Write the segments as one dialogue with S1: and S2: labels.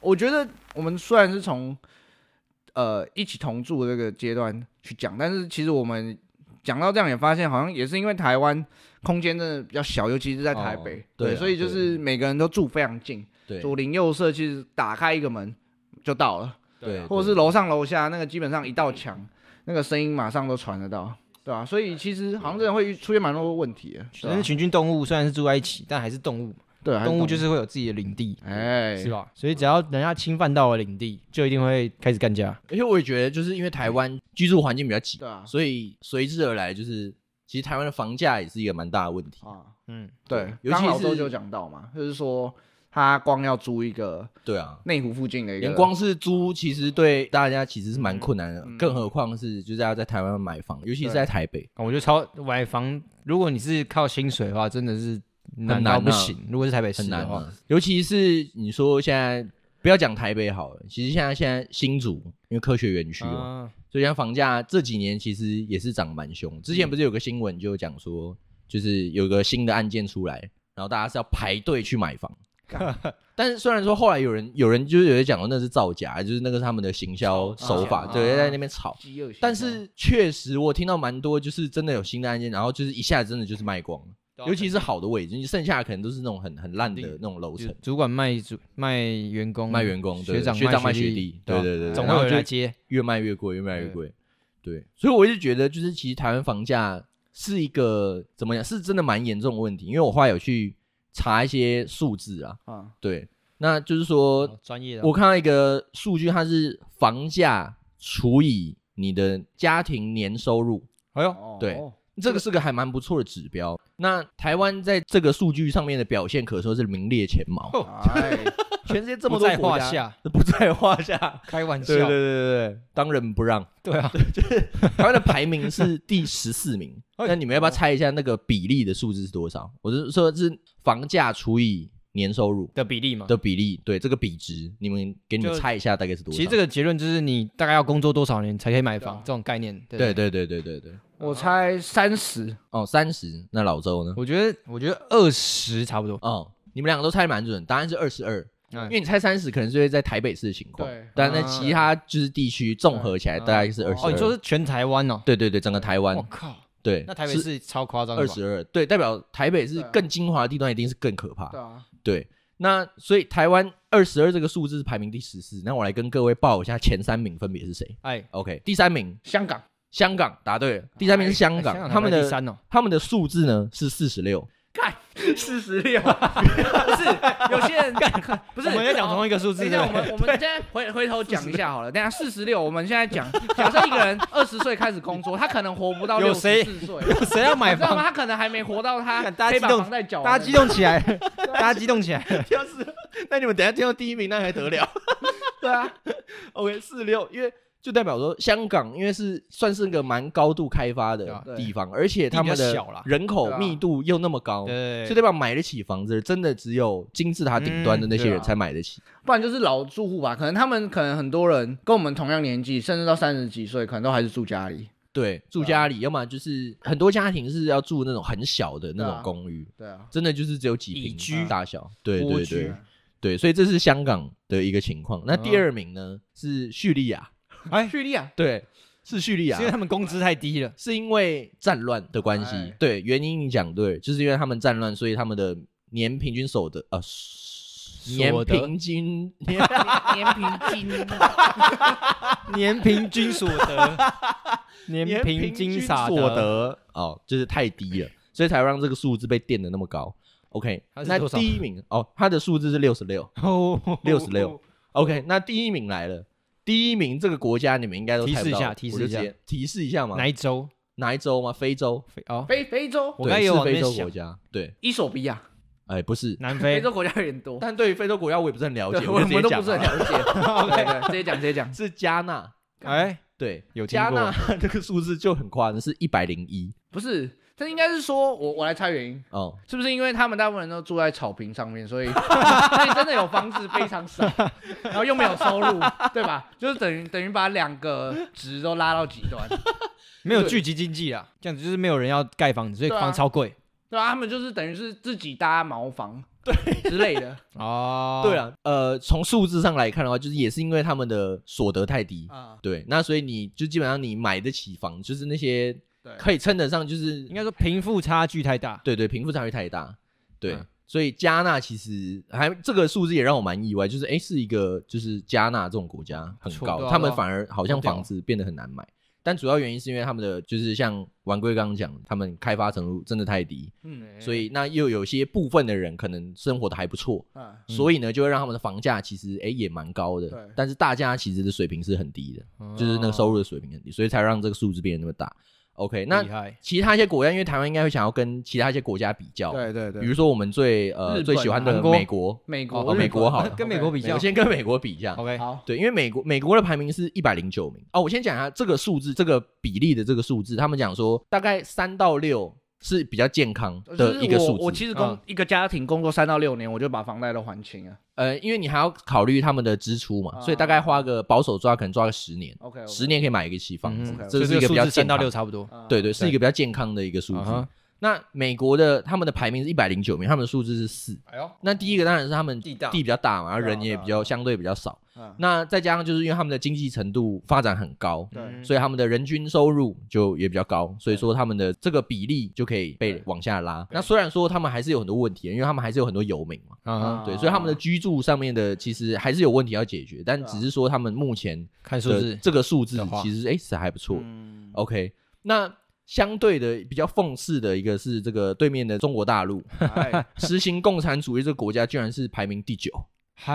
S1: 我觉得我们虽然是从呃一起同住这个阶段去讲，但是其实我们讲到这样也发现，好像也是因为台湾空间真的比较小，尤其是在台北，
S2: 哦对啊
S1: 所以就
S2: 对
S1: 是每个人都住非常近，
S2: 对
S1: 左邻右舍其实打开一个门就到了，
S2: 对
S1: 或者是楼上楼下那个基本上一道墙，那个声音马上都传得到。对吧、所以其实好像真的会出现蛮多问题的，对
S3: 因
S1: 吧
S2: 啊
S3: 为群居动物虽然是住在一起，但还是动物嘛，
S1: 对啊，
S3: 动物就是会有自己的领地，
S1: 哎，
S3: 是吧？所以只要人家侵犯到我的领地，就一定会开始干架。
S2: 而且我也觉得，就是因为台湾居住环境比较挤，
S1: 对啊，
S2: 所以随之而来就是，其实台湾的房价也是一个蛮大的问题。
S1: 啊，
S3: 嗯，
S1: 对，
S2: 尤
S1: 刚
S2: 其
S1: 老周
S2: 是
S1: 就讲到嘛，就是说他光要租一个
S2: 对啊，
S1: 内湖附近的一个
S2: 连光是租，其实对大家其实是蛮困难的，
S1: 嗯
S2: 更何况是就是要在台湾买房，尤其是
S1: 对
S2: 在台北。
S3: 啊我觉得超买房，如果你是靠薪水的话，真的是难
S2: 难啊
S3: 到不行。如果是台北市
S2: 很难
S3: 的话，
S2: 啊，尤其是你说现在不要讲台北好了，其实现在现在新竹因为科学园区嘛，
S3: 啊
S2: 所以现在房价这几年其实也是涨蛮凶。之
S3: 嗯
S2: 前不是有个新闻就讲说，就是有个新的案件出来，然后大家是要排队去买房。 但是虽然说后来有人有人就是有人讲说那是造假，就是那个是他们的行销手法，
S1: 啊
S2: 对，在那边炒。
S1: 饥饿型的，
S2: 但是确实，我听到蛮多，就是真的有新的案件，然后就是一下子真的就是卖光了，
S3: 啊
S2: 尤其是好的位置，你剩下的可能都是那种很很烂的
S3: 肯定
S2: 那种楼层
S3: 主。主管卖主卖员工，
S2: 卖员工，对
S3: 学长
S2: 学长卖
S3: 学
S2: 弟，
S3: 对
S2: 对对
S3: 吧
S2: 对，
S3: 总
S2: 然
S3: 会
S2: 后
S3: 有人
S2: 就
S3: 来接。
S2: 越卖越贵，越卖越贵，对，所以我就觉得就是其实台湾房价是一个怎么讲，是真的蛮严重的问题，因为我后来有去查一些数字啊，
S1: 啊，
S2: 对，那就是说
S3: 哦专业的，
S2: 我看到一个数据，它是房价除以你的家庭年收入，
S3: 哎呦，
S1: 哦
S2: 对这个是个还蛮不错的指标。那台湾在这个数据上面的表现可说是名列前 茅，
S1: 哎，
S2: 全世界这
S3: 这
S2: 么
S3: 么
S2: 多
S3: 在
S2: 国
S3: 话
S2: 家
S3: 下，
S2: 不在话下。
S3: 开玩笑
S2: 对，对对对，当仁不让。
S3: 对啊，
S2: 台湾的排名是第十四名，
S3: 哎
S2: 那你们要不要猜一下那个比例的数字是多少？我是说，是房价除以年收入
S3: 的比例嘛。
S2: 的比例，对这个比值，你们给你们
S3: 就
S2: 猜一下大概是多少？
S3: 其实这个结论就是你大概要工作多少年才可以买
S1: 对
S3: 房
S1: 啊
S3: 这种概念。不
S2: 对对对对对对，
S1: 我猜三十，
S2: 哦，三十，那老周呢？
S3: 我觉得我觉得二十差不多。
S2: 哦，你们两个都猜蛮准，答案是二十二。
S3: 嗯
S2: 因为你猜三十，可能是会在台北市的情况，
S1: 对
S2: 但在其他就是地区综合起来，
S3: 啊对
S2: 大概是二十二。
S3: 哦，你说是全台湾哦？
S2: 对对对，整个台湾
S3: 我，靠，
S2: 对，
S3: 那台北市超夸张
S2: 嗯
S3: 的
S2: 二
S3: 吧，
S2: 十二，对，代表台北是
S1: 对啊
S2: 更精华的地段，一定是更可怕。
S1: 对啊，
S2: 对，那所以台湾二十二这个数字是排名第十四。那我来跟各位报一下前三名分别是谁。
S3: 哎，
S2: OK，第三名
S1: 香 港
S2: 香港答对了，第三名是香港，
S3: 哎
S2: 他们
S3: 排第
S2: 的
S3: 三哦，
S2: 他们的数字呢是四十 六。
S1: 四十六， 不是有些人 不是哦
S3: 我们在
S2: 哦
S3: 讲同一个数字，
S1: 等一
S3: 对
S1: 下，我
S3: 不对
S1: 们我们现在回回头讲一下好了。等一下四十六，我们现在讲，假设一个 人二十岁开始工作，他可能活不到
S3: 有
S1: 六十
S3: 谁
S1: 四岁，
S3: 谁要买
S1: 你知道吗？
S3: 房？
S1: 他可能还没活到他
S3: 大家
S1: 可以
S3: 激
S1: 把
S3: 动
S1: 房贷缴完的那个，
S3: 大家激动起来，大家激动 起来。
S2: 那你们等一下听到第一名，那还得了
S1: 对啊，
S2: ？OK，四十六，因为就代表说香港因为是算是个蛮高度开发
S3: 对
S2: 的
S3: 啊
S1: 对
S2: 地方，而且他们
S3: 地比较
S2: 的
S3: 小啦
S2: 人口密度又那么高。
S3: 对
S2: 所以代表买得起房子，真的只有金字塔顶端的那
S1: 嗯
S2: 些
S1: 对
S2: 人
S1: 啊
S2: 才买得起。
S1: 不然就是老住户吧，可能他们可能很多人跟我们同样年纪，甚至到三十几岁，可能都还是住家里。
S2: 对，住
S1: 对啊
S2: 家里，要么就是很多家庭是要住那种很小的那
S1: 对
S2: 种
S1: 啊
S2: 公寓，
S1: 对啊，
S2: 真的就是只有几
S3: 蚁
S2: 平
S3: 居
S2: 大小。对
S3: 蜗
S2: 对
S3: 居
S2: 对对，所以这是香港的一个情况。那第
S3: 嗯
S2: 二名呢是叙利亚，
S3: 哎，
S1: 叙利亚
S2: 对，是叙利
S3: 是因为
S2: 亚，
S3: 他们工资太低了，
S2: 是因为战乱的关系
S1: 哎。
S2: 对，原因你讲对，就是因为他们战乱，所以他们的年平均所得呃。年
S3: 所得
S2: 平均年
S1: 年平均，
S3: 年平均 所得，年平均所
S2: 所，得哦，就是太低了，所以才让这个数字被垫的那么高。OK，
S3: 它是
S2: 那
S3: 多少
S2: 第一名哦，它的数字是六十六。
S3: 哦，
S2: 66 OK，那第一名来了，第一名这个国家你们应该都
S3: 提示
S2: 猜不到
S3: 一下提示一下，
S2: 我就直接提示一下嘛，
S3: 哪一州？
S2: 哪一洲吗？非洲，
S3: 非哦，
S1: 非非洲，
S3: 我刚才也
S2: 对，是
S3: 往那
S2: 非
S3: 边
S2: 洲国
S3: 想，
S2: 家，对，
S1: 伊索比亚，
S2: 哎，不是，
S3: 南
S1: 非
S3: 非。
S1: 洲国家有点多，
S2: 但对于非洲国家我也不是很了解，
S1: 对我
S2: 就直接
S1: 们都
S2: 讲
S1: 不是很
S2: 好了
S1: 了解。 对对，直接讲直接讲，
S2: 是加纳，
S3: 哎，
S2: 对，
S3: 有听
S2: 加
S3: 过
S2: 纳这个数字就很夸张，是一百零一
S1: 不是，这应该是说我我来猜原因。
S2: 哦，
S1: 是不是因为他们大部分人都住在草坪上面，所以 所以真的有房子非常少，然后又没有收入，对吧？就是等于等于把两个值都拉到极端，
S3: 没有聚集经济啊，这样子就是没有人要盖房子，所以
S1: 对啊
S3: 房超贵。
S1: 对啊，他们就是等于是自己搭茅房，对之类的
S3: 哦，
S2: 对，啊，呃，从数字上来看的话，就是也是因为他们的所得太低，
S1: 啊，
S2: 对，那所以你就基本上你买得起房，就是那些
S1: 对，
S2: 可以称得上就是
S3: 应该说贫富差距太大。
S2: 对对，贫富差距太大，对，
S3: 嗯
S2: 所以加纳其实还这个数字也让我蛮意外，就是诶是一个就是加纳这种国家很
S3: 错
S2: 高，
S1: 对啊
S2: 他们
S1: 对啊
S2: 反而好像房子变得很难买，但主要原因是因为他们的就是像晚归刚刚讲，他们开发程度真的太低，
S1: 嗯，
S2: 所以那又有些部分的人可能生活的还不错，
S1: 啊，
S2: 所以呢就会让他们的房价其实诶也蛮高
S1: 对
S2: 的，但是大家其实的水平是很低的，
S3: 哦
S2: 就是那个收入的水平很低，所以才让这个数字变得那么大。OK，那
S3: 厉害，
S2: 其他一些国家，因为台湾应该会想要跟其他一些国家比较，
S1: 对对对，
S2: 比如说我们最
S1: 日
S2: 呃
S1: 本
S2: 最喜欢的
S3: 韩国
S2: 美国，
S1: 美
S2: 哦
S1: 国，
S2: 美国好了
S3: 跟美国比较
S2: 我先跟美国比哎一下。
S3: ，OK，
S1: 好，
S2: 对，因为美国美国的排名是一百零九名哦。我先讲一下这个数字，这个比例的这个数字，他们讲说大概三到六是比较健康
S1: 就是
S2: 的一个
S1: 我
S2: 数
S1: 我
S2: 字。
S1: 其实工
S3: 嗯
S1: 一个家庭工作三到六年，我就把房贷都还清了。
S2: 呃，因为你还要考虑他们的支出嘛，
S1: 啊
S2: 所以大概花个保守抓，可能抓个十年，
S1: OK，
S2: 十年可以买一起房子
S1: 嗯，
S2: 这是
S3: 所以
S2: 一个比较
S3: 数字
S2: 健
S3: 三到
S2: 康
S3: 六。差不多。
S1: 啊
S2: 对对，是一个比较健康的一个数
S3: 啊
S2: 字
S3: 哈。
S2: 那美国的他们的排名是一百零九名，他们的数字是四。
S1: 哎呦，
S2: 那第一个当然是他们
S3: 地大
S2: 地比较大嘛，然后
S1: 对啊
S2: 人也
S1: 对啊
S2: 比较
S1: 对啊
S2: 相对比较少。
S1: 嗯
S2: 那再加上就是因为他们的经济程度发展很高，
S1: 对嗯
S2: 所以他们的人均收入就也比较高，所以说他们的这个比例就可以被
S1: 对
S2: 往下拉。
S1: 对
S2: 那虽然说他们还是有很多问题，因为他们还是有很多游民嘛，
S3: 啊
S1: 啊
S3: 哈，
S2: 对，所以他们的居住上面的其实还是有问题要解决，但
S1: 对啊
S2: 只是说他们目前
S3: 看数
S2: 的
S3: 字，
S2: 这个数字
S3: 的话
S2: 其实诶是还不错的。哦
S1: 嗯
S2: OK，那相对的比较讽刺的一个是这个对面的中国大陆
S1: 哎
S2: 实行共产主义这个国家居然是排名第九。
S3: 嗨，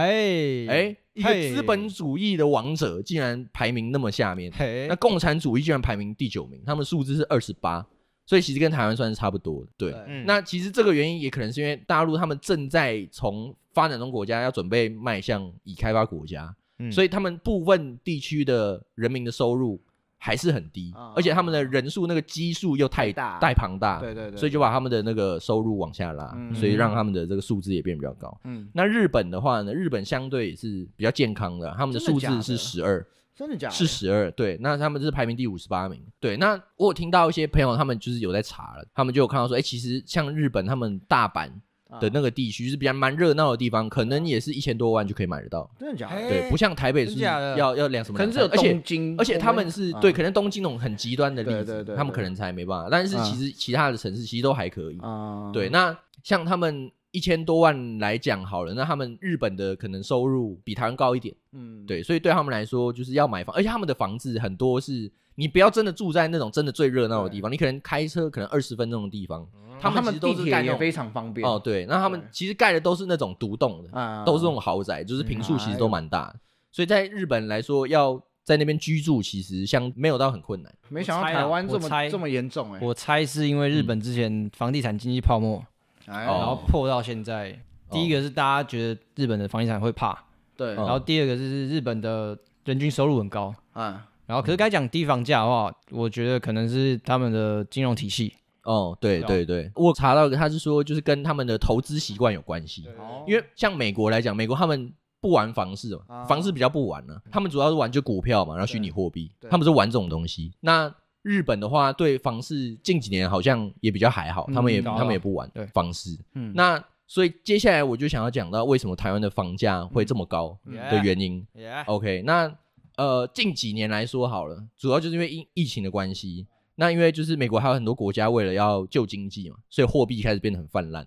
S2: 哎，一个
S3: 嘿
S2: 资本主义的王者竟然排名那么下面，
S3: 嘿
S2: 那，共产主义居然排名第九名，他们数字是二十八，所以其实跟台湾算是差不多的。 对，
S1: 对
S3: 嗯
S2: 那其实这个原因也可能是因为大陆他们正在从发展中国家要准备迈向已开发国家，
S3: 嗯
S2: 所以他们部分地区的人民的收入还是很低，
S1: 啊
S2: 而且他们的人数那个基数又太
S1: 太大
S2: 太庞大，
S1: 对对对，
S2: 所以就把他们的那个收入往下拉，
S1: 嗯
S2: 所以让他们的这个数字也变比较高。
S1: 嗯，
S2: 那日本的话呢，日本相对也是比较健康的，他们的
S1: 真的
S2: 数
S1: 假
S2: 字
S1: 的
S2: 是十二，
S1: 真的假的？
S2: 是十二，对，那他们是排名第五十八名。对，那我有听到一些朋友他们就是有在查了，他们就有看到说，哎、其实像日本他们大阪
S1: 啊
S2: 的那个地区就是比较蛮热闹的地方，可能也是一千多万就可以买得到，
S1: 真的假
S3: 哎
S1: 的？
S2: 对，不像台北是
S3: 真假的
S2: 要要两什么
S1: 可能只有
S2: 两三，而且
S1: 东京，
S2: 而且他们是
S1: 啊
S2: 对，可能东京那种很极端的例
S1: 对
S2: 子，
S1: 对对对嗯
S2: 他们可能才没办法，但是其实其他的城市其实都还可以，
S1: 啊，
S2: 嗯对，那像他们一千多万来讲好了，那他们日本的可能收入比台湾高一点，
S1: 嗯，
S2: 对，所以对他们来说就是要买房，而且他们的房子很多是你不要真的住在那种真的最热闹的地方，你可能开车可能二十分钟的地方，
S1: 嗯他
S2: 们其
S1: 地
S2: 实都是盖
S1: 铁
S2: 那
S1: 也
S2: 种
S1: 非常方便
S2: 哦，对，那他们
S1: 对
S2: 其实盖的都是那种独栋的，
S1: 啊，
S2: 都是那种豪宅，就是平数其
S1: 哎
S2: 实
S1: 呦
S2: 都蛮大的，所以在日本来说要。在那边居住其实相没有到很困难，
S1: 没想到
S3: 我猜啊
S1: 台湾这
S3: 我
S1: 么
S3: 猜
S1: 这么严重哎，
S3: 我猜是因为日本之前房地产经济泡沫，
S1: 哎
S2: 哦
S3: 然后破到现在。第一个是大家觉得日本的房地产会怕，
S1: 对
S2: 哦
S3: 然后第二个是日本的人均收入很高。
S1: 啊，
S3: 然后可是该讲低房价的话，
S2: 嗯
S3: 我觉得可能是他们的金融体系。
S2: 哦，对
S3: 对啊
S2: 对对，我查到一个，他是说就是跟他们的投资习惯有关系，
S1: 哦
S2: 因为像美国来讲，美国他们不玩房市嘛，
S1: 啊
S2: 房市比较不玩呢、他们主要是玩就股票嘛，然后虚拟货币，
S1: 对
S2: 他们是玩这种东西。那日本的话，对房市近几年好像也比较还好，
S3: 嗯
S2: 他们也、
S3: 懂了
S2: 他们也不玩
S3: 对
S2: 房市。
S1: 嗯
S2: 那所以接下来我就想要讲到为什么台湾的房价会这么高
S1: 嗯
S2: 的原因。
S3: Yeah
S2: OK，那呃近几年来说好了，主要就是因为疫疫情的关系。那因为就是美国还有很多国家为了要救经济嘛，所以货币开始变得很泛滥，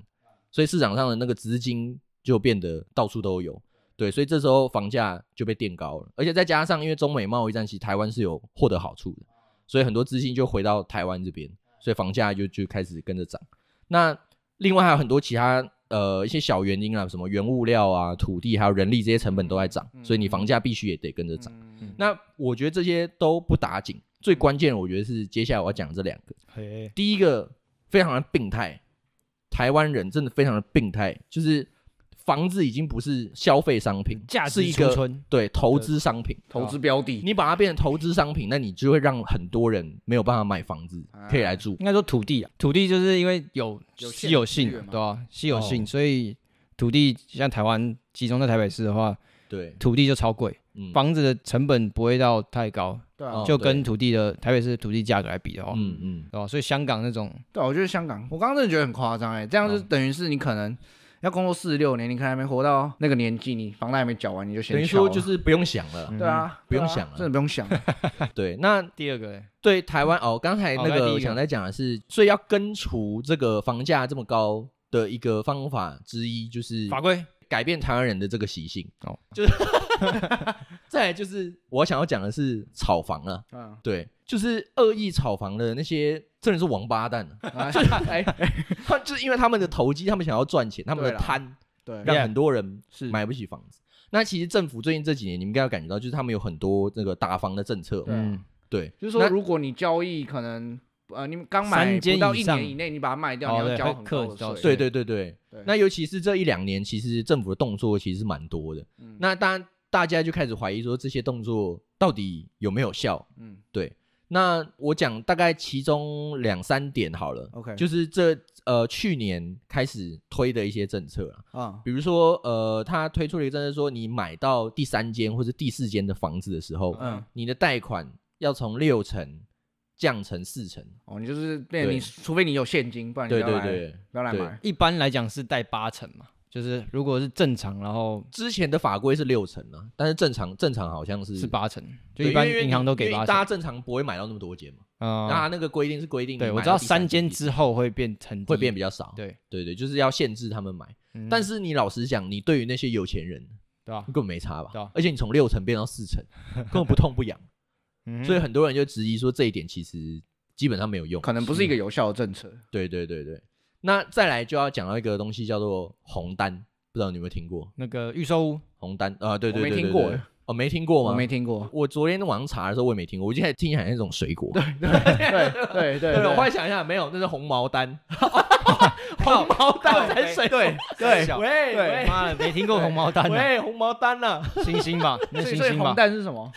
S2: 所以市场上的那个资金就变得到处都有。对，所以这时候房价就被垫高了，而且再加上因为中美贸易战，其实台湾是有获得好处的，所以很多资金就回到台湾这边，所以房价就就开始跟着涨。那另外还有很多其他呃一些小原因啊，什么原物料啊、土地还有人力这些成本都在涨，所以你房价必须也得跟着涨。
S1: 嗯
S2: 那我觉得这些都不打紧，最关键的我觉得是接下来我要讲这两个。
S3: 嘿，
S2: 第一个非常的病态，台湾人真的非常的病态，就是房子已经不是消费商品，
S3: 价
S2: 是
S3: 值
S2: 一
S3: 储
S2: 个
S3: 存，
S2: 对投资商品。
S1: 投资标的
S2: 你把它变成投资商品，那你就会让很多人没有办法买房子，可以来住。
S3: 应该说土地啊，土地就是因为有
S1: 有
S3: 稀有
S1: 限
S3: 性
S1: 制
S3: 啊，
S1: 嘛
S3: 对啊，稀有性，
S2: 哦
S3: 所以土地像台湾集中在台北市的话，
S2: 对，
S3: 土地就超贵，
S2: 嗯，
S3: 房子的成本不会到太高，
S1: 对
S2: 哦
S1: 啊，
S3: 就跟土地的台北市土地价格来比的话，
S2: 嗯嗯，
S3: 对吧？所以香港那种
S1: 欸
S2: 哦
S1: 对啊，我觉得香港，我刚刚真的觉得很夸张哎，这样就等于是你可能要工作四十六年，你可能还没活到那个年纪，你房贷还没缴完，你就先
S2: 等于
S1: 敲
S2: 说
S1: 了
S2: 就是不用想
S3: 嗯
S2: 了啦。
S1: 对啊，
S2: 不用
S1: 对啊
S2: 想了
S1: 真的不用想。
S2: 对，那
S3: 第二个嘞，
S2: 对台湾哦，刚才那
S3: 好那第一
S2: 个
S3: 个
S2: 我想再讲的是，所以要根除这个房价这么高的一个方法之一，就是
S3: 法规
S2: 改变台湾人的这个习性。
S3: 哦
S2: 哦， 就是再来就是我想要讲的是炒房啊，
S1: 嗯，
S2: 对，就是恶意炒房的那些真的是王八蛋啊，
S1: 哎
S2: 哎，他就是因为他们的投机，他们想要赚钱，他们的
S1: 对啦
S2: 贪，
S1: 对，啊
S2: 让很多人
S1: 是
S2: 买不起房子。那其实政府最近这几年，你们应该有感觉到，就是他们有很多那个打房的政策
S1: 对
S2: 嘛，
S1: 啊
S3: 嗯，
S2: 对，
S1: 就是
S2: 那
S1: 说，如果你交易可能呃，你刚买
S3: 三
S1: 不
S3: 间
S1: 到
S3: 以
S1: 一
S3: 上
S1: 年以内，你把它卖掉，
S3: 哦
S1: 你要
S3: 对
S1: 交
S3: 会
S1: 很
S3: 课
S1: 高的
S3: 交
S1: 税。
S2: 对对对对
S1: 对，
S2: 那尤其是这一两年，其实政府的动作其实是蛮多的。
S1: 嗯
S2: 那当然，大家就开始怀疑说这些动作到底有没有效？
S1: 嗯
S2: 对，那我讲大概其中两三点好了，
S1: ，OK，
S2: 就是这呃去年开始推的一些政策啊，
S1: 啊，
S2: 比如说呃，他推出了一个政策，说你买到第三间或者第四间的房子的时候，
S1: 嗯，
S2: 你的贷款要从六成降成四成。
S1: 哦，你就是变
S2: 对
S1: 你，除非你有现金，不然你不
S2: 对
S1: 要
S2: 对
S1: 来，
S2: 对。
S1: 不要来
S2: 对
S1: 买。
S3: 一般来讲是贷八成嘛，就是如果是正常，然后
S2: 之前的法规是六成啊，但是正常正常好像是
S3: 是八成，就
S2: 对
S3: 一般
S2: 因为因为
S3: 银行都给
S2: 因为
S3: 八
S2: 大
S3: 成
S2: 家。正常不会买到那么多间嘛。那
S3: 啊，
S2: 他那个规定是规定，
S3: 对，
S2: 你
S3: 我
S2: 买
S3: 知道
S2: 到第三
S3: 三间
S2: 第四
S3: 之后会变成
S2: 会变
S3: 低
S2: 比较少。
S3: 对，
S2: 对对，就是要限制他们买。
S3: 嗯
S2: 但是你老实讲，你对于那些有钱人
S3: 对吧
S2: 你？根本没差吧
S3: 对啊？
S2: 而且你从六成变到四 成，根本不痛不痒。
S3: 嗯
S2: 所以很多人就质疑说这一点其实基本上没有用。
S1: 可能不是一个有效的政策，
S2: 对对对对。那再来就要讲到一个东西叫做红单，不知道你有没有听过
S3: 那个预售屋
S2: 红单啊？对
S1: 我
S2: 对
S1: 没
S2: 对对
S1: 听
S2: 对
S1: 过，
S2: 哦，没听过吗？
S1: 我没听过。
S2: 我昨天晚上查的时候，我也没听过，我就开始听起来像那种水果。对
S1: 对对对
S2: 我后来想一下，没有，那是红毛丹， 红毛丹才是水果。
S3: 对
S1: 对
S3: 小
S2: 喂
S1: 对
S2: 喂
S3: 妈的没听过红毛丹啊，
S2: 喂，红毛丹呐，
S3: 星星吧，那
S1: 所以
S3: 星
S1: 所以
S3: 星
S1: 红
S3: 吧，
S1: 蛋是什么？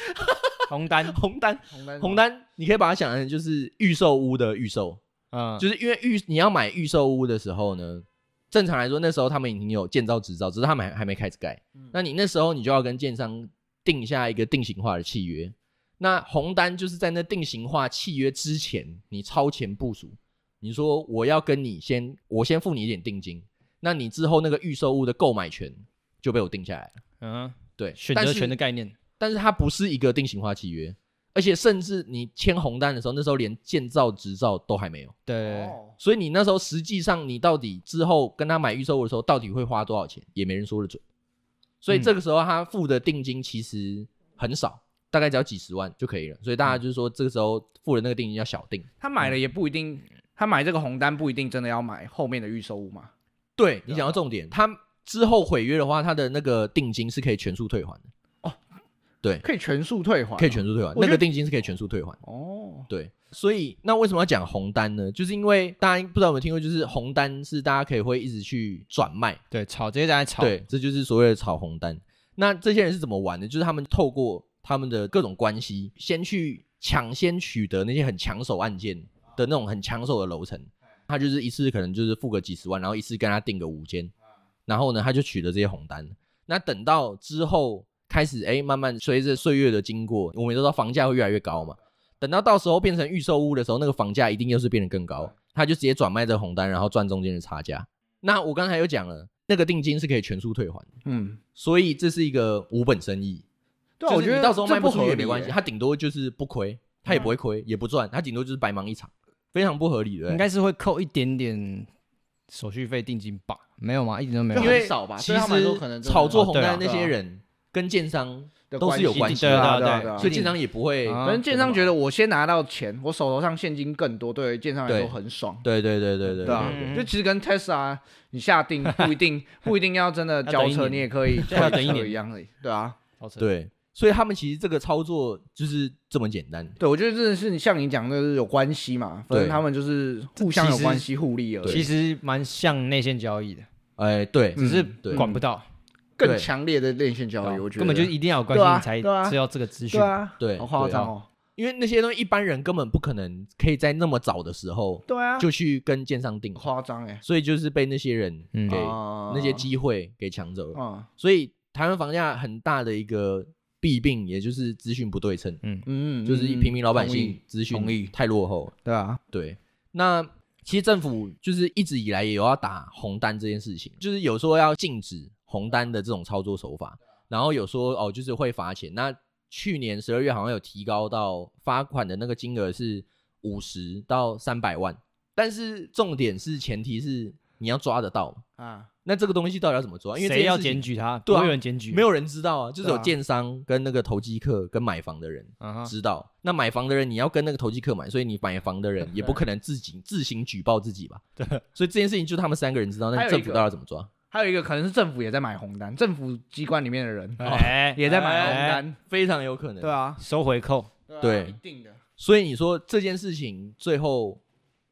S3: 红单，
S2: 红丹，
S1: 红蛋
S2: 红丹，你可以把它想成就是预售屋的预售，
S3: 嗯，
S2: 就是因为预你要买预售屋的时候呢，正常来说那时候他们已经有建造执照，只是他们还还没开始盖。
S3: 嗯
S2: 那你那时候你就要跟建商定下一个定型化的契约。那红单就是在那定型化契约之前，你超前部署，你说我要跟你先，我先付你一点定金，那你之后那个预售物的购买权就被我定下来了。
S3: 嗯，
S2: 对，
S3: 选
S2: 但
S3: 择
S2: 是
S3: 权的概念，
S2: 但是它不是一个定型化契约，而且甚至你签红单的时候，那时候连建造执照都还没有，
S3: 对，
S1: 哦
S2: 所以你那时候实际上你到底之后跟他买预售物的时候，到底会花多少钱，也没人说得准。所以这个时候他付的定金其实很少，大概只要几十万就可以了。所以大家就是说，这个时候付的那个定金要小定。
S1: 他买了也不一定，他买这个红单不一定真的要买后面的预售物嘛。
S2: 对你讲到重点，他之后毁约的话，他的那个定金是可以全数退还的，
S1: 可以全数退还哦，
S2: 可以全数退还，
S1: 我觉得
S2: 那个定金是可以全数退还。
S1: 哦，
S2: 对，所以那为什么要讲红单呢？就是因为大家不知道有没有听过，就是红单是大家可以会一直去转卖，
S3: 对，炒直接在那炒，
S2: 对，这就是所谓的炒红单。那这些人是怎么玩的？就是他们透过他们的各种关系，先去抢先取得那些很抢手案件的那种很抢手的楼层，他就是一次可能就是付个几十万，然后一次跟他定个五间，然后呢他就取得这些红单。那等到之后开始，哎，慢慢随着岁月的经过，我们也都知道房价会越来越高嘛。等到到时候变成预售屋的时候，那个房价一定又是变得更高，他就直接转卖这红单，然后赚中间的差价。那我刚才有讲了，那个定金是可以全数退还的，
S1: 嗯，
S2: 所以这是一个无本生意。
S1: 对啊，
S2: 就
S1: 我
S2: 是
S1: 觉得
S2: 你到时候
S1: 这
S2: 卖不出
S1: 合
S2: 去也
S1: 理
S2: 没关系，
S1: 耶。嗯
S2: 他顶多就是不亏，他也不会亏，也不赚，他顶多就是白忙一场，非常不合理的。
S3: 应该是会扣一点点手续费定金吧？没有吗？一点都没有
S1: 就
S3: 吗，
S2: 因为
S1: 很少吧
S2: 其
S1: 对他们来说可
S2: 实
S1: 能真的
S2: 炒作
S3: 哦
S2: 红
S3: 对啊
S2: 单的那些人跟建商，
S1: 的
S2: 都是有关系
S1: 对
S3: 的
S1: 啊
S3: 对
S1: 对
S3: 啊
S1: 啊
S3: 对
S1: 对
S3: 啊
S1: 啊
S2: 所以。建商也不会。
S3: 啊
S1: 可能建商觉得我先拿到钱，我手头上现金更多，对于建商来
S2: 对
S1: 说很爽，
S2: 对对对对对
S1: 对啊
S3: 嗯，
S1: 就其实跟 Tesla 啊你下定不一定不一定要 真的交
S3: 要等一
S1: 车，
S3: 年
S1: 你也可以
S3: 对要等一
S1: 退车
S3: 年
S1: 一样的，对啊，
S3: 超扯，
S2: 对，所以他们其实这个操作就是这么简单。
S1: 对我觉得真的是你像你讲的是有关系嘛，反
S2: 对
S1: 正他们就是互相有关系互利而
S3: 其
S1: 已，
S3: 实蛮像内线交易的，
S2: 哎，对，
S1: 嗯
S3: 只是
S2: 对
S3: 管不到，
S1: 更强烈的链线交易，我觉得
S3: 根本就是一定要有关
S1: 对啊
S3: 系你
S1: 对啊
S3: 才知道这个资讯
S1: 对，啊，
S2: 对，
S1: 好夸
S2: 对啊
S1: 张哦，
S2: 因为那些东西一般人根本不可能可以在那么早的时候
S1: 对啊，
S2: 就去跟建商定，
S1: 夸张哎，
S2: 所以就是被那些人
S3: 嗯
S2: 给
S1: 啊
S2: 那些机会给抢走了。
S1: 啊，
S2: 所以台湾房价很大的一个弊病，也就是资讯不对称，
S1: 嗯，
S2: 就是平民老百
S1: 同意
S2: 姓资
S1: 同
S2: 讯
S1: 意
S2: 太落后了。
S1: 对啊，
S2: 对，那其实政府就是一直以来也有要打红单这件事情，就是有说要禁止红单的这种操作手法，然后有说哦就是会罚钱。那去年十二月好像有提高到罚款的那个金额是五十到三百万，但是重点是前提是你要抓得到。
S1: 啊，
S2: 那这个东西到底要怎么抓？因为这
S3: 谁
S2: 件
S3: 要
S2: 事情
S3: 检举他？
S2: 对啊
S3: 不会有人检举，
S2: 没有人知道啊，就是有
S1: 对啊
S2: 建商跟那个投机客跟买房的人
S3: 嗯哼，
S2: 知道。那买房的人你要跟那个投机客买，所以你买房的 人也不可能自己自行举报自己吧？对。所以这件事情就他们三个人知道，
S1: 还
S2: 那
S1: 有
S2: 政
S1: 一
S2: 府
S1: 个
S2: 到底要怎么抓？
S1: 还有一个可能是政府也在买红单，政府机关里面的人
S3: 哎，
S1: 也在买红
S3: 哎
S1: 单，
S2: 非常有可能。
S1: 对啊，
S3: 收回扣，
S1: 啊
S2: 对
S1: 一定的。
S2: 所以你说这件事情最后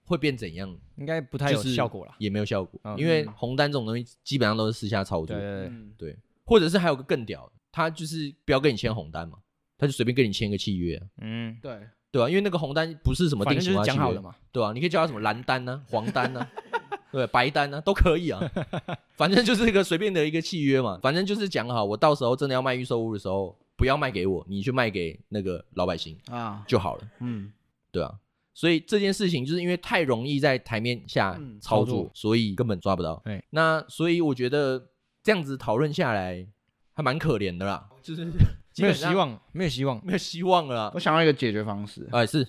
S2: 会变怎样？
S3: 应该不太有效果了。
S2: 也没有效果，
S3: 嗯
S2: 因为红单这种东西基本上都是私下操作
S3: 对，对对，
S1: 嗯，
S2: 或者是还有个更屌的，他就是不要跟你签红单嘛，他就随便跟你签个契约啊、
S3: 嗯，
S1: 对，
S2: 对吧、因为那个红单不是什么
S3: 反
S2: 定型
S3: 正就
S2: 化
S3: 是
S2: 契
S3: 讲好
S2: 约，
S3: 的嘛。
S2: 对啊，你可以叫它什么蓝单呢、黄单呢、对，白单呢、都可以啊，反正就是一个随便的一个契约嘛，反正就是讲好，我到时候真的要卖预售屋的时候，不要卖给我，你去卖给那个老百姓
S1: 啊，
S2: 就好了，
S1: 嗯，
S2: 对啊。所以这件事情就是因为太容易在台面下
S1: 嗯
S2: 操
S3: 操
S2: 作，
S3: 作
S2: 所以根本抓不到。
S3: 对
S2: 那所以我觉得这样子讨论下来还蛮可怜的啦，就是基
S3: 没
S2: 本
S3: 有希
S2: 上
S3: 望，没有希望。
S2: 没有希望了啦
S1: 我。想到一个解决方式，
S2: 哎，是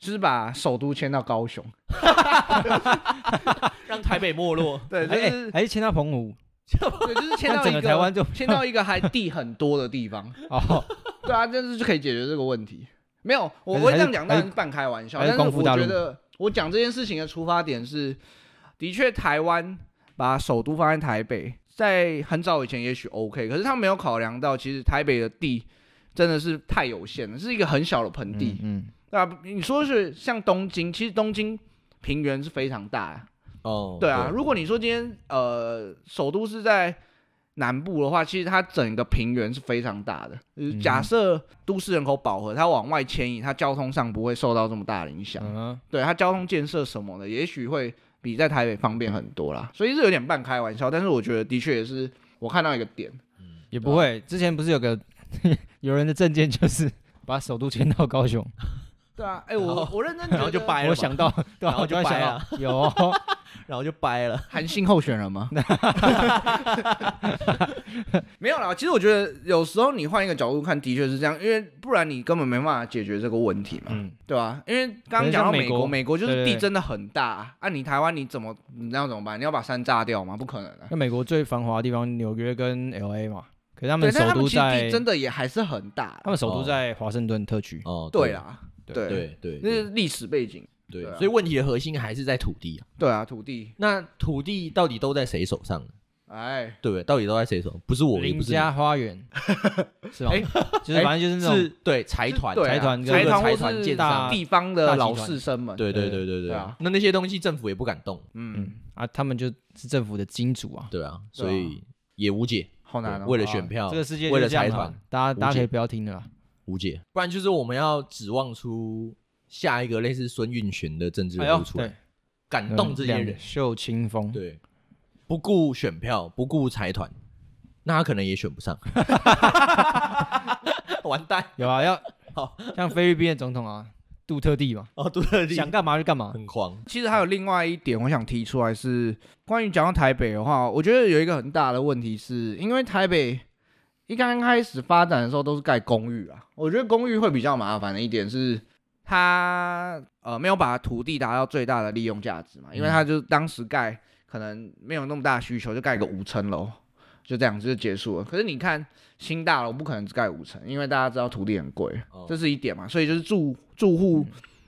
S1: 就是把首都迁到高雄。
S2: 让台北没落，
S1: 对，呃就
S3: 哎，
S1: 是
S3: 哎还是签到澎湖
S1: 对，就是迁
S3: 那
S1: 到
S3: 整
S1: 一
S3: 个台湾就
S1: 迁到一个还地很多的地方。
S3: 哦，
S1: 对啊，这样就可以解决这个问题。没有，我
S3: 还是
S1: 我会这样讲，
S3: 还
S1: 当
S3: 是
S1: 然是半开玩笑，
S3: 还是
S1: 但是
S3: 光复
S1: 我
S3: 大
S1: 觉
S3: 陆
S1: 得我讲这件事情的出发点是，的确台湾把首都放在台北，在很早以前也许 OK，可是他没有考量到，其实台北的地真的是太有限了，是一个很小的盆地。
S3: 嗯，
S1: 对啊，你说是像东京，其实东京平原是非常大的、
S2: 哦，
S1: 对啊，如果你说今天呃首都是在南部的话，其实它整个平原是非常大的。呃
S3: 嗯
S1: 假设都市人口饱和，它往外迁移，它交通上不会受到这么大的影响。
S2: 啊
S3: 嗯
S1: 对它交通建设什么的，也许会比在台北方便很多啦。所以是有点半开玩笑，但是我觉得的确也是我看到一个点。
S3: 也不会。之前不是有个 有人的证件就是把首都迁到高雄，
S1: 对啊，哎、我
S2: 好
S1: 我 认真觉
S2: 然后
S1: 得
S2: 就掰了嘛，
S3: 我想到，对
S2: 然
S3: 啊，
S2: 后
S3: 我
S2: 就
S3: 突然想
S2: 掰
S3: 到有 哦
S2: 然后就掰了。
S1: 韩信候选人吗？ 没有啦，其实我觉得有时候你换一个角度看，的确是这样，因为不然你根本没办法解决这个问题嘛，
S3: 嗯
S1: 对吧、因为刚刚讲到
S3: 可能像
S1: 美
S3: 美国
S1: 国，美国就
S3: 对
S1: 是
S3: 对对
S1: 地真的很大，啊，你台湾你怎么你要怎么办？你要把山炸掉吗？不可能啊。
S3: 那美国最繁华的地方纽约跟 L A 嘛，可是他
S1: 对，
S3: 们首
S1: 但他们
S3: 都
S1: 其实地
S3: 在，
S1: 真的也还是很大啊
S3: 他。们首都
S2: 哦
S3: 在华盛顿特区。
S2: 哦，
S1: 对，啊啦，
S3: 对
S1: 对，
S2: 对对
S1: 那是历史背景。
S2: 对
S1: 对啊
S2: 所以问题的核心还是在土地啊。
S1: 对啊，土地，
S2: 那土地到底都在谁手上呢？
S1: 哎，
S2: 对不对？到底都在谁手上？不是我，也
S3: 林
S2: 不是
S3: 家 花园是吗
S1: 哎？
S3: 就是反正就是
S2: 你，
S3: 那种
S2: 是对财团，
S1: 对啊
S3: 财团跟
S1: 财团
S2: 财
S1: 或
S2: 团
S1: 是
S2: 建啊
S3: 商
S1: 地方的
S3: 大
S1: 老
S3: 集团
S1: 士绅们。
S2: 对对对对
S1: 对啊
S2: 那那些东西政府也不敢动，
S1: 嗯
S3: 嗯，啊，他们就是政府的金主啊。
S2: 对啊，
S1: 对啊
S2: 所以也无解，
S1: 好难哦。
S2: 对为了
S1: 啊
S2: 选票
S3: 这，个世界
S2: 为了
S3: 就是这样
S2: 财
S3: 啊
S2: 团，
S3: 大家大
S2: 无
S3: 家
S2: 解
S3: 可以不要听了啦。
S2: 无解。不然就是我们要指望出下一个类似孙运璇的政治人物出来，
S3: 哎对，
S2: 敢动这些
S3: 嗯两
S2: 人
S3: 个，秀清风，
S2: 对，不顾选票，不顾财团，那他可能也选不上， 完蛋
S3: 有啊，要
S2: 好
S3: 像菲律宾的总统啊，杜特地嘛，
S2: 哦，杜特地
S3: 想干嘛就干嘛。
S2: 很狂，
S1: 其实还有另外一点，我想提出来是关于讲到台北的话，我觉得有一个很大的问题是，因为台北一刚开始发展的时候都是盖公寓啊，我觉得公寓会比较麻烦的一点是，它呃没有把土地达到最大的利用价值嘛，因为它就是当时盖可能没有那么大需求，就盖个五层楼。就这样子就结束了。可是你看新大楼不可能只盖五层，因为大家知道土地很贵，
S2: 哦
S1: 这是一点嘛。所以就是住住户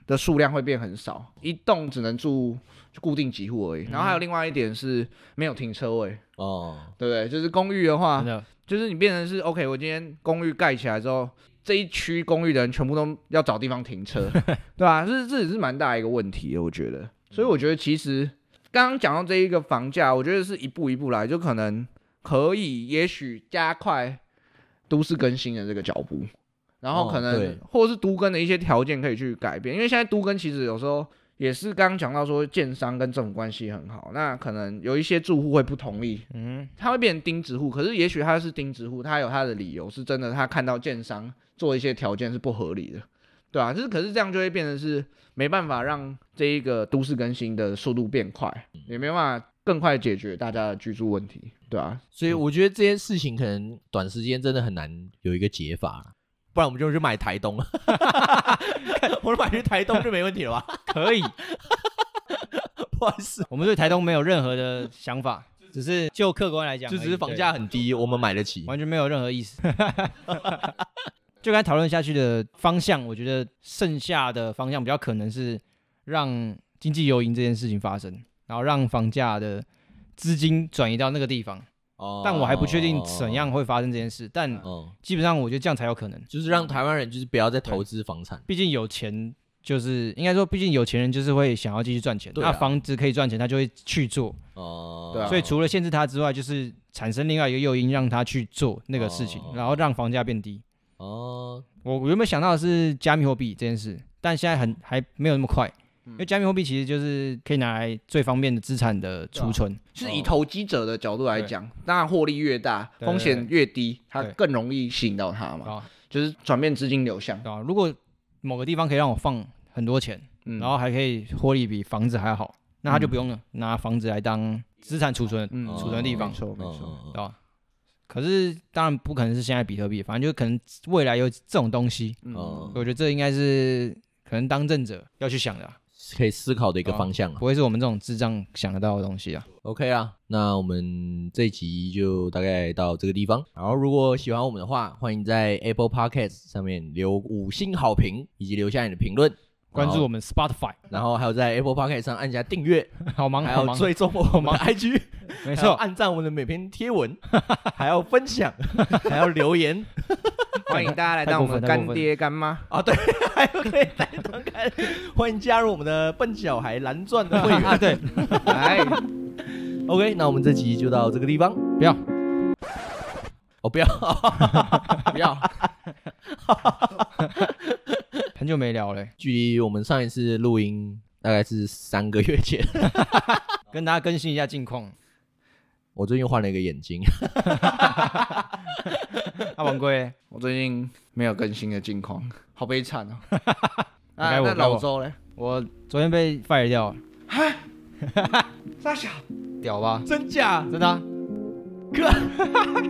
S1: 的数量会变很少，一栋只能住就固定几户而已。然后还有另外一点是没有停车位，
S2: 哦，
S1: 对不对？就是公寓的话
S3: 真，
S2: 啊
S3: 的，
S1: 就是你变成是 OK，我今天公寓盖起来之后，这一区公寓的人全部都要找地方停 车，对吧、这这也是蛮大一个问题的，我觉得。所以我觉得其实刚刚讲到这一个房价，我觉得是一步一步来，就可能可以，也许加快都市更新的这个脚步，然后
S2: 哦
S1: 可能、
S2: 对
S1: 或者是都更的一些条件可以去改变，因为现在都更其实有时候。也是刚刚讲到说，建商跟政府关系很好，那可能有一些住户会不同意，
S3: 嗯，
S1: 他会变成钉子户，可是也许他是钉子户，他有他的理由，是真的，他看到建商做一些条件是不合理的，对啊，就是可是这样就会变成是没办法让这一个都市更新的速度变快，
S3: 嗯
S1: 也没办法更快解决大家的居住问题，对啊，
S2: 所以我觉得这些事情可能短时间真的很难有一个解法，不然我们就去买台 东，我们买去台东就没问题 了吧？
S3: 可以。
S2: 不好意思，
S3: 我们对台东没有任何的想法，只是就客观来讲而
S2: 就
S3: 已，
S2: 只是房
S3: 对
S2: 价很低，我们买得起。
S3: 完全没有任何 意思。 就刚才讨论下去的方向，我觉得剩下的方向比较可能是让经济游营这件事情发生，然后让房价的资金转移到那个地方，
S2: 哦
S3: 但我还不确定怎。样会发生这件事，但
S2: 哦，
S3: 基本上我觉得这样才有可能。
S2: 就是让台湾人就是不要再投资房产。
S3: 毕竟有钱就是应该说，毕竟有钱人就是会想要继续赚钱，
S2: 对啊
S3: 那房子可以赚钱，他就会去做。
S2: 哦，
S1: 对啊
S3: 所以除了限制他之外，就是产生另外一个诱因，让他去做那个事情
S2: 哦，
S3: 然后让房价变低。
S2: 哦，
S3: 我我原本想到的是加密货币这件事，但现在很还没有那么快，
S1: 嗯
S3: 因为加密货币其实就是可以拿来最方便的资产的储存。
S1: 是以投机者的角度来讲，当然获利越大，
S3: 对对
S1: 风险越低，它
S3: 对
S1: 更容易吸引到它嘛，
S3: 啊，
S1: 就是转变资金流向
S3: 对。吧？如果某个地方可以让我放很多钱，
S1: 嗯，
S3: 然后还可以获利比房子还好，那他就不用了拿房子来当资产储存
S1: 嗯
S3: 储存的地方
S1: 没，错没错，
S3: 对吧？可是当然不可能是现在比特币，反正就可能未来有这种东西，
S1: 嗯
S2: 哦，
S3: 我觉得这应该是可能当政者要去想的啊、
S1: 嗯
S2: 可以思考的一个方向啊。
S3: 不会是我们这种智障想得到的东西啊。
S2: OK 啊，那我们这一集就大概到这个地方。然后，如果喜欢我们的话，欢迎在 Apple Podcast 上面留五星好评，以及留下你的评论。
S3: 关注我
S2: 我，
S3: 们 Spotify，
S2: 然后还有在 Apple Podcast 上按下订阅，
S3: 好忙
S2: 还
S3: 好
S2: 有
S3: 忙，
S2: 追踪我们的 IG，
S3: 没
S2: 没
S3: 错，
S2: 按赞我们的每篇贴 文，还要分享，还要留言
S1: 欢迎大家来
S3: 太
S1: 当
S3: 过
S1: 我
S3: 分
S1: 们
S3: 太过
S1: 干
S3: 分
S1: 爹干妈。
S2: 啊！对，还有可以来当看，欢迎加入我们的笨小孩蓝钻的会员。
S3: 啊对，
S1: 哎，
S2: OK，那我们这集就到这个地方。
S3: 不要
S2: 哦，不要，
S1: 不要，
S3: 很久没聊嘞，
S2: 距离我们上一次录音大概是三个月前。
S3: 跟大家更新一下近况。
S2: 我最近换了一个眼睛，
S3: 阿王龟，
S1: 我最近没有更新的近况，好悲 惨哦。
S3: 该
S1: 啊，那
S3: 我该我
S1: 老周嘞？
S3: 我昨天被 fire 掉了，
S1: 大小，
S3: 屌吧？
S2: 真假？
S3: 真的啊、
S2: 哥。